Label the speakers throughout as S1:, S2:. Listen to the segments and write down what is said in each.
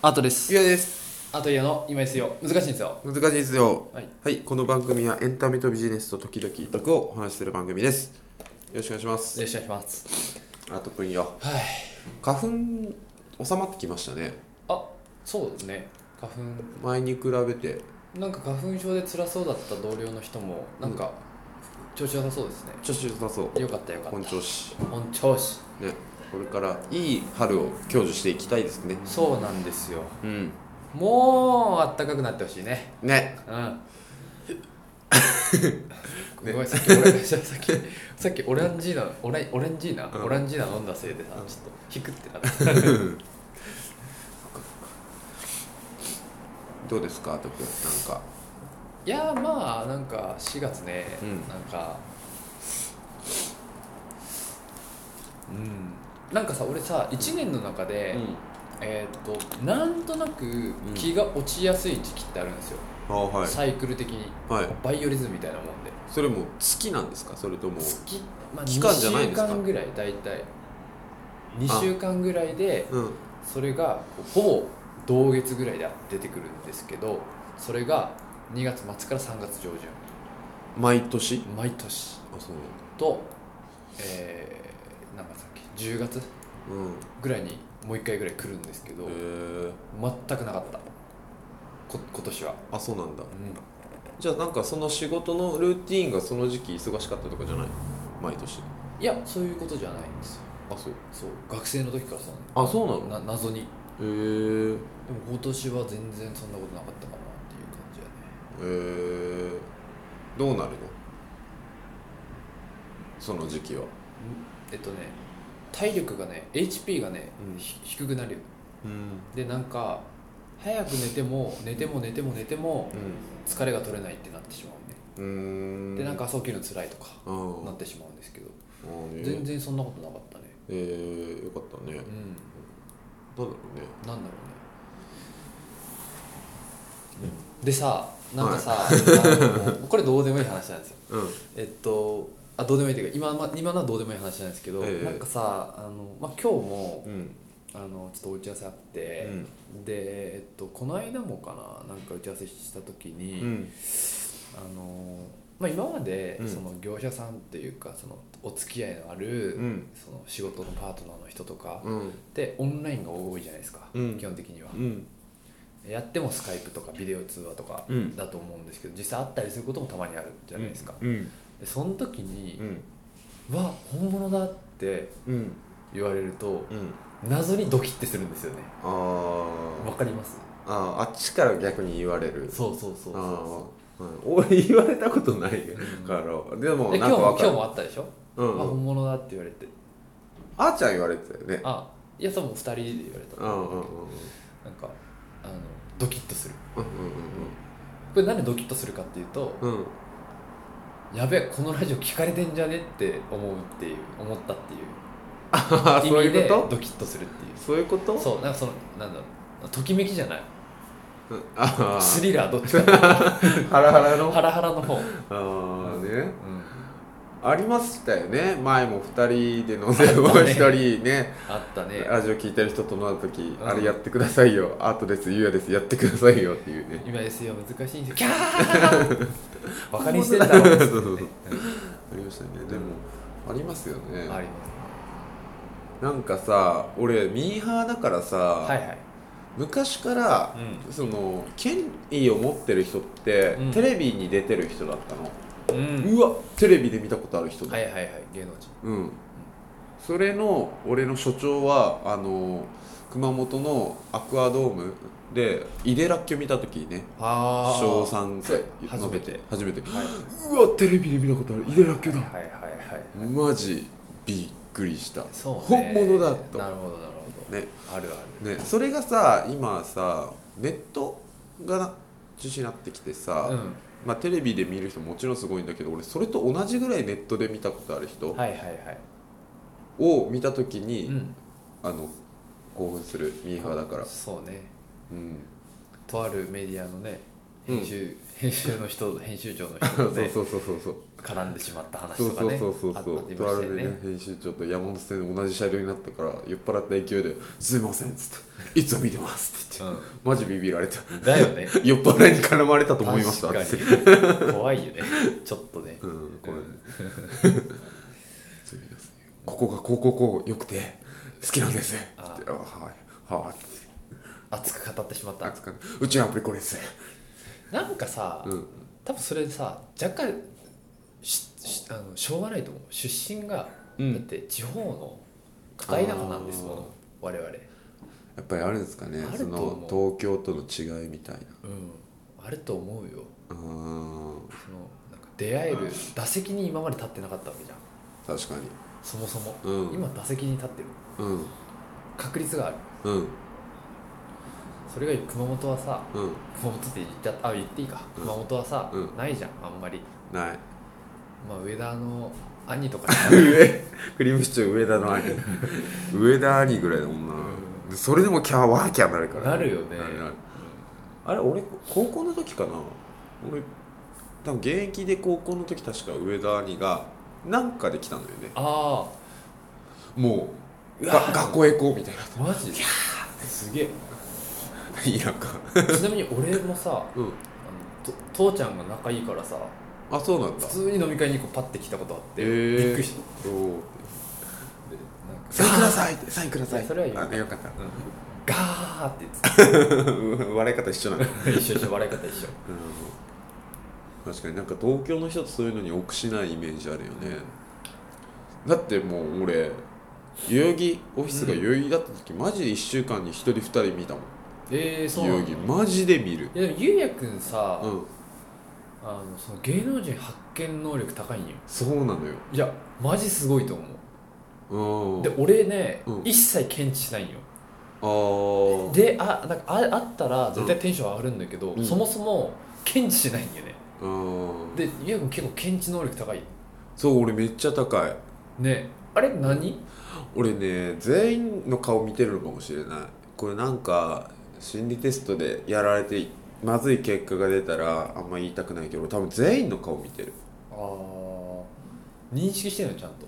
S1: アートです
S2: ゆうやです
S1: アートイヤの今ですよ難しいんですよ
S2: 難しいですよ
S1: はい、
S2: この番組はエンタメとビジネスと時々得をお話しする番組ですよろしくお願いします
S1: よろしくお願いします
S2: あとくんよ
S1: はい
S2: 花粉収まってきましたね
S1: あそうですね花
S2: 前に比べて
S1: 粉なんか花粉症で辛そうだった同僚の人もなんか調子良さそうですね
S2: 調子良さそう
S1: よかったよかっ
S2: 本調子
S1: た本調子
S2: ねこれからいい春を享受していきたいですね
S1: そうなんですよ
S2: うん
S1: もうあったかくなってほしい ね
S2: ね
S1: うんごめんさっき俺さっきさっきオランジーナオラオレンジーナ、
S2: うん
S1: オランジーナ飲んだせいでさちょっと引くってなった
S2: どうですかあとくんなんか
S1: いやーまあなんか4月ね、
S2: うん
S1: なんかうんなんかさ俺さ1年の中で、えーっとなんとなく気が落ちやすい時期ってあるんですよ、
S2: あはい
S1: サイクル的に
S2: はい
S1: バイオリズムみたいなもんで
S2: それも月なんですかそれとも
S1: 月、まあ、
S2: 期間じゃないんですか
S1: 2週間ぐらい大体2週間ぐらいで
S2: うん
S1: それがほぼ同月ぐらいで出てくるんですけどそれが2月末から3月上旬
S2: 毎年
S1: 毎年
S2: あそう
S1: と、えー、なんかさっき10月
S2: なんだ
S1: ぐらいにもう1回ぐらい来るんですけど、
S2: うんへえ
S1: 全くなかったこ今年は、
S2: あそうなんだ
S1: うん
S2: じゃあなんかその仕事のルーティーンがその時期忙しかったとかじゃない毎年
S1: いやそういうことじゃないんですよ
S2: あそうへ
S1: そう学生の時からそう
S2: あそうなの
S1: な謎にで
S2: えー、へ
S1: も今年は全然そんなことなかったかなっていう感じやね
S2: えー、どうなるのその時期は
S1: えっとね体力がね HP がね、
S2: うん
S1: ひ低くなるよ
S2: うん
S1: でなんか早く寝ても寝ても寝ても寝ても疲れが取れないってなってしまうね、
S2: うん
S1: でなんか朝起きるの辛いとか
S2: あー
S1: なってしまうんですけど
S2: あー
S1: 全然そんなことなかったね
S2: えー、よかった
S1: うん
S2: ねなんだろうね
S1: なんだろうね、でさなんかさ、あのこれどうでもいい話なんですよ
S2: うん
S1: えっとあどうでもいいっていうか今,、ま、今のはどうでもいい話なんですけど、
S2: ええ
S1: なんかさあの、まあ、今日も
S2: うん
S1: あのちょっとお打ち合わせあって、で、えっと、この間もかななんか打ち合わせした時
S2: う
S1: に、
S2: ん
S1: あのまあ、今まで
S2: うん
S1: その業者さんっていうかそのお付き合いのある、
S2: うん
S1: その仕事のパートナーの人とか
S2: うん
S1: でオンラインが多いじゃないですか、
S2: うん
S1: 基本的には
S2: う、ん
S1: やってもスカイプとかビデオ通話とか
S2: うん
S1: だと思うんですけど実際会ったりすることもたまにあるじゃないですか、
S2: うん
S1: でその時に
S2: う、
S1: う
S2: ん
S1: わ本物だって
S2: うん
S1: 言われると
S2: うん
S1: 謎にドキッてするんですよね
S2: あー
S1: わかります
S2: あーあっちから逆に言われる
S1: そうそうそうそう
S2: あ
S1: そ
S2: あ、うん、俺 言われたことないからでも
S1: うで今
S2: な
S1: 日
S2: んか
S1: も
S2: わ
S1: 今
S2: か
S1: 日
S2: る
S1: もあったでしょ、あ
S2: うんうん
S1: 本物だって言われて
S2: あーちゃん言われてたよね
S1: あいや多分2人で言われた
S2: うんうんうんうん
S1: なんかあのドキッとする
S2: う
S1: こ
S2: ん
S1: れなんでドキッとするかっていうと、
S2: うんうんうん
S1: やべえこのラジオ聞かれてんじゃねって思うっていう思ったっていう
S2: ああ
S1: 意
S2: そう
S1: 味
S2: い
S1: で
S2: うこと
S1: ドキッとするっていう
S2: そういうこと
S1: そうなんかそのなんだろうときめきじゃない
S2: うんああ
S1: スリラーどっちか
S2: ハラハラの
S1: ハラハラの方、うん、
S2: ああねありましたよね前も2人で飲んでも
S1: あったね
S2: 1人ね
S1: あった ね
S2: ラジオ聞いてる人と飲んだ時
S1: うん
S2: あれやってくださいよアートですゆうやですやってくださいよっていうね
S1: 今 SEO 難しいんですよキャーバカにしてんだろう
S2: そうそうそうありましたねでもありますよね
S1: あります
S2: なんかさ俺ミーハーだからさ、
S1: はいはい
S2: 昔から、その権威を持ってる人って、
S1: うん
S2: テレビに出てる人だったの、
S1: う、
S2: うんわテレビで見たことある人だ、
S1: はいはいはい芸能人
S2: うんそれの俺の所長はあの熊本のアクアドームで井出らっきょ見た時ね
S1: あ
S2: 小3
S1: そ
S2: 歳
S1: う初めて
S2: 初めて
S1: はいう
S2: わテレビで見たことある井出らっきょだ、
S1: はいはいはい
S2: マジびっくりした
S1: そうね
S2: 本物だと
S1: なるほどなるほど
S2: ね
S1: あるある
S2: ね、それがさ今さネットがな中心になってきてさ、
S1: うん
S2: まあ、テレビで見る人ももちろんすごいんだけど俺それと同じぐらいネットで見たことある人
S1: はいはいはい
S2: を見た時に、
S1: うん
S2: あの興奮するミーハーだから、
S1: そうね
S2: うん、
S1: とあるメディアのね
S2: うん
S1: 編集、編集の人編集長の
S2: そ
S1: 人
S2: う
S1: で
S2: そうそうそうそう
S1: 絡んでしまった話
S2: そう
S1: とか
S2: そう
S1: ね
S2: そうそう
S1: あっ
S2: そう
S1: たりま
S2: とあ
S1: したよ
S2: る、
S1: ね
S2: ね、編集 長と山手線で同じ車両になったから酔っ払った勢いで「すいません」っつって「いつも見てます」っって、マジビビられた
S1: うん、だよね
S2: 酔っ払いに絡まれたと思いました
S1: 確か
S2: って、
S1: に怖いよねちょっとね、
S2: うん、これ、
S1: うん
S2: すみませんここがこうこうこう良くて好きなんですって
S1: あ
S2: あはいはいって
S1: 熱く語ってしまった
S2: なんつうかうちはアプリこれです
S1: なんかさ、
S2: うん
S1: 多分それさ若干ししあのしょうがないと思う出身が、
S2: うん
S1: だって地方の片田舎なんですも
S2: あー
S1: の我々
S2: やっぱりあるんですかね
S1: あると
S2: そ
S1: 思
S2: の
S1: う
S2: 東京との違いみたいな
S1: うんあると思うよ
S2: うーん
S1: そのなんか出会える打席に今まで立ってなかったわけじゃん
S2: 確かに
S1: そもそも、
S2: うん
S1: 今打席に立ってる
S2: うん
S1: 確率がある
S2: うん
S1: それが熊本はさ
S2: うん
S1: 熊本って言っちゃったあ言っていいか、
S2: うん
S1: 熊本はさ、
S2: うん
S1: ないじゃんあんまり
S2: ない
S1: まあ上田の兄とか さ
S2: 上クリームシチュー上田の兄上田兄ぐらいだもんな、それでもキャーワーキャーなるから
S1: なるよね
S2: なるなるあれ俺高校の時かな俺多分現役で高校の時確か上田兄がなんかで来たんだよね
S1: あ
S2: もう
S1: う
S2: が
S1: わー
S2: 学校へ行こうみたいな
S1: あマジすげえ
S2: 田舎
S1: ちなみに俺もさ
S2: うん
S1: あのと父ちゃんが仲いいからさ
S2: あそうなんだ
S1: 普通に飲み会にこうパッて来たことあって、
S2: へー
S1: びっくりした
S2: おー
S1: なんか
S2: サインくださいってサインください
S1: それは言う
S2: あよかった
S1: うんガーって言ってた
S2: 笑い方一緒なんだ、
S1: 一緒一緒笑い方一緒
S2: 確かになんか東京の人とそういうのに臆しないイメージあるよねだってもう俺代々木オフィスが代々木だった時、マジで1週間に1人2人見たもん
S1: えー、そう
S2: 代
S1: な
S2: 々
S1: んだ
S2: 木マジで見る
S1: いやでもゆうやくんさ、
S2: うん
S1: あのその芸能人発見能力高いんよ
S2: そうなのよ
S1: いやマジすごいと思う
S2: うん
S1: で俺ね、
S2: うん
S1: 一切検知しないんよ
S2: あー
S1: であなんかああったら絶対テンション上がるんだけど、
S2: うん
S1: そもそも検知しないんよね
S2: うん
S1: でゆうやくん結構検知能力高い
S2: そう俺めっちゃ高い
S1: ねあれ何
S2: 俺ね全員の顔見てるのかもしれないこれなんか心理テストでやられてまずい結果が出たらあんま言いたくないけど多分全員の顔見てる
S1: あー認識してるのちゃんと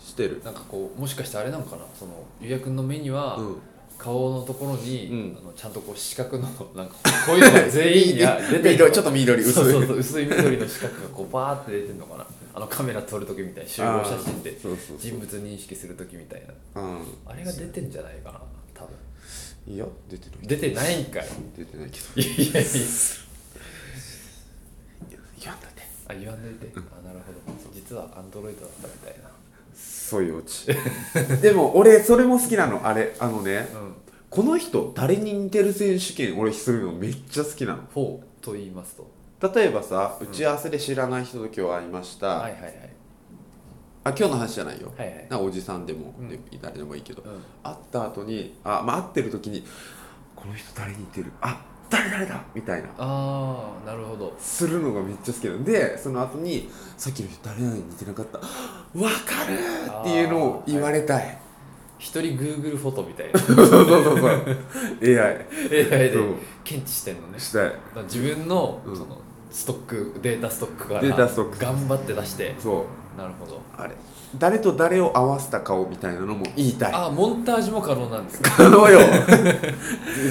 S2: してる
S1: なんかこうもしかしてあれなのかなそのゆうやくんの目に
S2: う
S1: は
S2: ん
S1: 顔のところに、
S2: うん
S1: あのちゃんとこう四角の なんかこういうのが全員が出てるの
S2: 緑ちょっと緑薄い
S1: そうそうそう薄い緑の四角がこうバーって出てるのかなあのカメラ撮る時みたいな集合写真で
S2: あーそうそうそう
S1: 人物認識する時みたいな
S2: う
S1: あれが出てんじゃないかな多分
S2: んいや出てない
S1: 出てないんかい
S2: 出てないけど
S1: いやいやいや
S2: いや言わんだって
S1: あ言わんでいてあなるほど実はアンドロイドだったみたいな
S2: そういう オチでも俺それも好きなのあれあのね
S1: うん
S2: この人誰に似てる選手権俺するのめっちゃ好きなの
S1: 4と言いますと
S2: 例えばさ打ち合わせで知らない人と今日会いました、
S1: はいはいはい
S2: あ今日の話じゃないよ、
S1: はいはい
S2: なおじさんでも、
S1: うん
S2: で誰でもいいけど、
S1: うん
S2: 会った後にあまあ会ってる時にこの人誰に似てるあ誰誰だみたいな
S1: ああなるほど
S2: するのがめっちゃ好きなんでその後にさっきの人誰々に似てなかったわかるっていうのを言われたい、
S1: 一人 Google フォトみたいな
S2: そうそうそうそう AI
S1: AI で
S2: そう
S1: 検知してんのね
S2: したい
S1: だから自分の,、
S2: うん
S1: そのストックデータストックから
S2: データストック
S1: 頑張って出して
S2: そう
S1: なるほど
S2: あれ誰と誰を合わせた顔みたいなのも言いたい
S1: あモンタージュも可能なんですか
S2: 可能 よ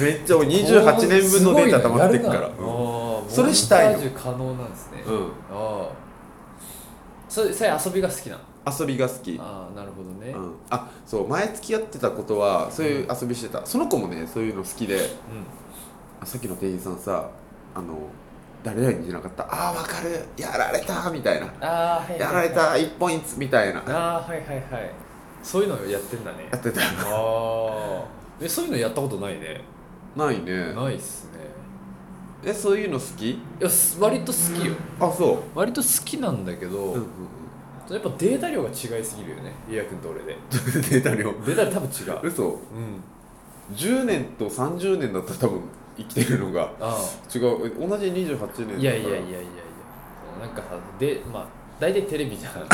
S2: めっちゃ俺28年分のデータ溜まってくか
S1: すごい
S2: ら、
S1: なやるなあー
S2: それしたい
S1: モ
S2: の
S1: ンタージュ可能なんですね、
S2: う
S1: あ
S2: ん
S1: あそれそれ遊びが好きなの
S2: 遊びが好き
S1: ああなるほどね、
S2: うん、あそう前付き合ってたことはそういう遊びしてた、その子もねそういうの好きであさっきの店員さんさあの誰々にじゃなかったあー分かるやられたみたいな
S1: ああはいはい
S2: や
S1: はい
S2: られた一本一みたいなや
S1: ああはいはいはいそういうのやってんだね
S2: ってた
S1: ああそういうのやったことないね
S2: ないね
S1: ないっすね
S2: えそういうの好き
S1: いやす割と好きよ
S2: あそ
S1: 割と好きなんだけど、
S2: う、うんうん
S1: やっぱデータ量が違いすぎるよねゆうやくんと俺で
S2: うん、データ量
S1: データ量多分 違う
S2: 嘘
S1: うん
S2: 10年と30年だったら多分生きてるのが
S1: あ
S2: 違うえ同じ28年だから
S1: あいやいやいやいやいやそうなんかさでまあ大体テレビ じゃんソー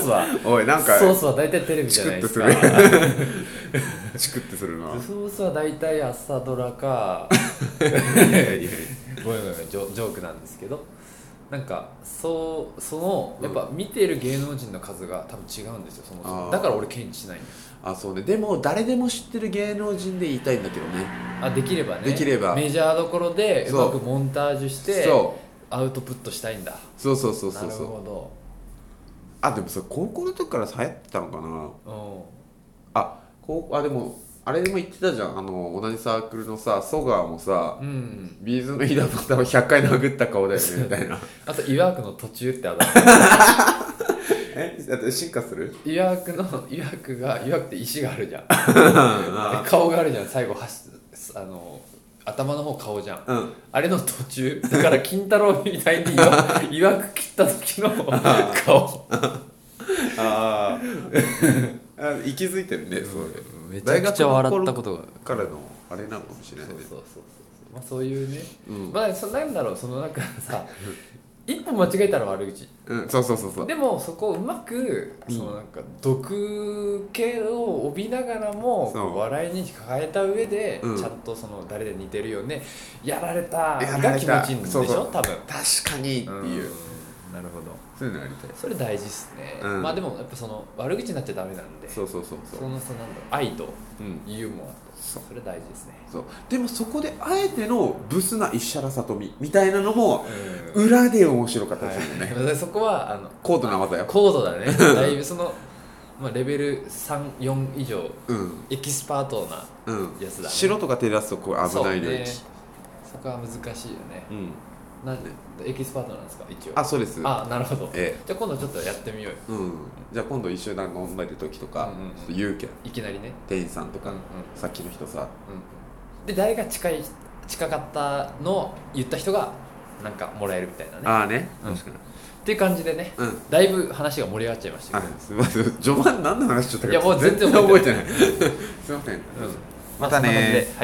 S1: スは
S2: おいなんか
S1: ソースは大体テレビじゃないですか
S2: チクッと
S1: ソ
S2: チクってするな
S1: ースは大体朝ドラか
S2: いやいやいや
S1: ごめんごめんジョジョークなんですけどなんかそうそのやっぱ見てる芸能人の数が多分違うんですよそもそも
S2: あー
S1: だから俺検知しないの
S2: あそうねでも誰でも知ってる芸能人で言いたいんだけどね
S1: あできればね
S2: できれば
S1: メジャーどころでう
S2: そう
S1: まくモンタージュして
S2: そ
S1: アウトプットしたいんだ
S2: うそうそうそうそう
S1: なる
S2: そう
S1: ほ
S2: あでもさ高校の時から流行ってたのかな
S1: ど
S2: あ高あでもあれでも言ってたじゃんあの同じサークルのさ曽我もさ、
S1: うん、うん、
S2: ビーズの稲葉さんを100回殴った顔だよねみたいな
S1: あと岩クの途中ってあ だ名
S2: えだって進化する
S1: 岩クの岩クが岩クって石がある じゃんで顔があるじゃん最後はしあの頭の方顔じゃん
S2: うん
S1: あれの途中だから金太郎みたいに岩岩ク切った時の顔
S2: ああ息づいてるねそ
S1: め
S2: れ、
S1: ちゃくちゃ笑ったことが
S2: からのあれなのかもしれ
S1: そ
S2: な
S1: う
S2: い
S1: そうそう
S2: ね
S1: そうまあそういうね、
S2: うん
S1: まあそなんだろうそのなんかさ一歩間違えたら悪口
S2: うんそうそうそうそう
S1: でもそこをうまく、
S2: うん
S1: そのなんか毒気を帯びながらも
S2: そう
S1: 笑いに変えた上で、
S2: うん
S1: ちゃんとその誰で似てるよねやられた
S2: やら
S1: が
S2: れ
S1: 気
S2: た
S1: 持ちいいんでしょ
S2: そうそう
S1: 多分
S2: 確かにっていう、
S1: んなるほど
S2: そういうのやりたい
S1: それ大事っすね、
S2: うん
S1: まあでもやっぱその悪口になっちゃダメなんで
S2: そうそうそうそ
S1: そうのそのなんだろう愛と
S2: うん
S1: ユーモアと
S2: そ
S1: そうれ大事ですね
S2: そうでもそこであえてのブスな石原さとみみたいなのも裏で面白かったですよね、
S1: はい、 そこはあの
S2: 高度な技よ
S1: 高度だねだいぶその、まあ、レベル34以上
S2: うん
S1: エキスパートな
S2: うん
S1: やつだね
S2: 白とか照らすとこう危ない領
S1: そう
S2: 域
S1: ねそこは難しいよね
S2: う、ん
S1: なんでエキスパートなんですか一応
S2: あそうです
S1: あなるほどじゃ
S2: え
S1: あ今度ちょっとやってみようよ
S2: えうんじゃあ今度一緒になんか飲んだり時と
S1: う
S2: か、
S1: んうんうん
S2: ちょっと言うけん
S1: いきなりね
S2: 店員さんと
S1: う
S2: か、
S1: んうんうん
S2: さっきの人さ
S1: で誰が近い近かったのを言った人がなんかもらえるみたいなね
S2: ああね
S1: うん
S2: か
S1: っ
S2: に
S1: ていう感じでね
S2: うん
S1: だいぶ話が盛り上がっちゃいました
S2: あ
S1: けど
S2: すみません序盤何の話しちゃったか
S1: いやもう全然
S2: 覚
S1: 覚
S2: え
S1: え
S2: てない すみません、
S1: うん
S2: またね
S1: そんな感じではい